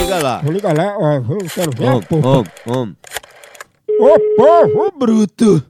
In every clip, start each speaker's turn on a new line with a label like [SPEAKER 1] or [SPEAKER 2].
[SPEAKER 1] liga lá.
[SPEAKER 2] Vou ligar lá, ó, eu quero ver a
[SPEAKER 1] Om,
[SPEAKER 2] porra.
[SPEAKER 1] om, om.
[SPEAKER 2] Ô povo
[SPEAKER 1] Bruto.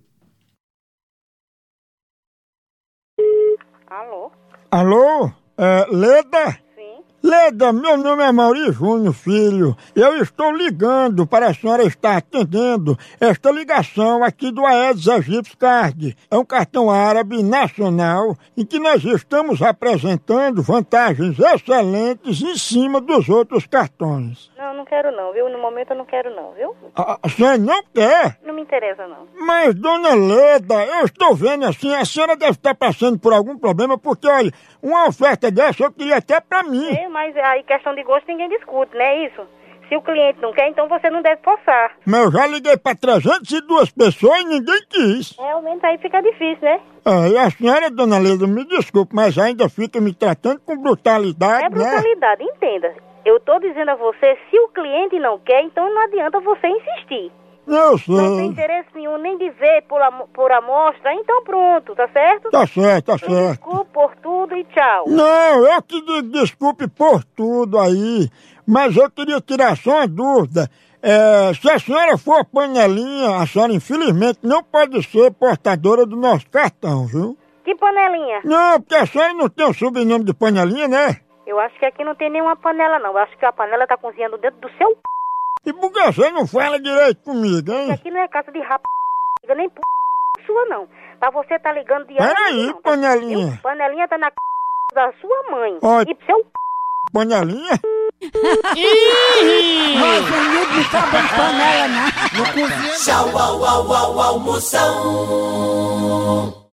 [SPEAKER 3] Alô?
[SPEAKER 2] Alô? É, Leda?
[SPEAKER 3] Sim.
[SPEAKER 2] Leda, meu nome é Mauri Júnior Filho. Eu estou ligando para a senhora estar atendendo esta ligação aqui do Aedes aegypti Card. É um cartão árabe nacional em que nós estamos apresentando vantagens excelentes em cima dos outros cartões.
[SPEAKER 3] Não, não quero não, viu? No momento eu não quero não, viu?
[SPEAKER 2] A, a senhora não quer?
[SPEAKER 3] Não me interessa não.
[SPEAKER 2] Mas, dona Leda, eu estou vendo assim, a senhora deve estar passando por algum problema, porque, olha, uma oferta dessa eu queria até para mim.
[SPEAKER 3] É, mas aí questão de gosto ninguém discute, né? Isso. Se o cliente não quer, então você não deve forçar.
[SPEAKER 2] Mas eu já liguei pra 302 pessoas e ninguém quis.
[SPEAKER 3] Realmente aí fica difícil, né?
[SPEAKER 2] Ah, e a senhora, dona Leda, me desculpe, mas ainda fica me tratando com brutalidade,
[SPEAKER 3] É
[SPEAKER 2] né?
[SPEAKER 3] brutalidade, entenda. Eu tô dizendo a você, se o cliente não quer, então não adianta você insistir.
[SPEAKER 2] Eu
[SPEAKER 3] Não tem
[SPEAKER 2] sei.
[SPEAKER 3] interesse nenhum nem de ver por, amo- por amostra, então pronto, tá certo?
[SPEAKER 2] Tá certo, tá certo.
[SPEAKER 3] Desculpa por tudo e tchau.
[SPEAKER 2] Não, eu que digo desculpe por tudo aí, mas eu queria tirar só uma dúvida. É, se a senhora for panelinha, a senhora infelizmente não pode ser portadora do nosso cartão, viu?
[SPEAKER 3] Que panelinha?
[SPEAKER 2] Não, porque a senhora não tem o sobrenome de panelinha, né?
[SPEAKER 3] Eu acho que aqui não tem nenhuma panela não. Eu acho que a panela tá cozinhando dentro do seu
[SPEAKER 2] E por que você não fala direito comigo,
[SPEAKER 3] Porque
[SPEAKER 2] hein?
[SPEAKER 3] aqui não é casa de rap nem p sua não. Pra você tá ligando de
[SPEAKER 2] Peraí,
[SPEAKER 3] não, tá?
[SPEAKER 2] panelinha.
[SPEAKER 3] Panelinha tá na c... da sua mãe.
[SPEAKER 2] Ó.
[SPEAKER 3] E seu c...
[SPEAKER 2] Panelinha?
[SPEAKER 4] Mas o miúdo não sabe de panela, não.
[SPEAKER 5] Tchau, au, au, au, almoção.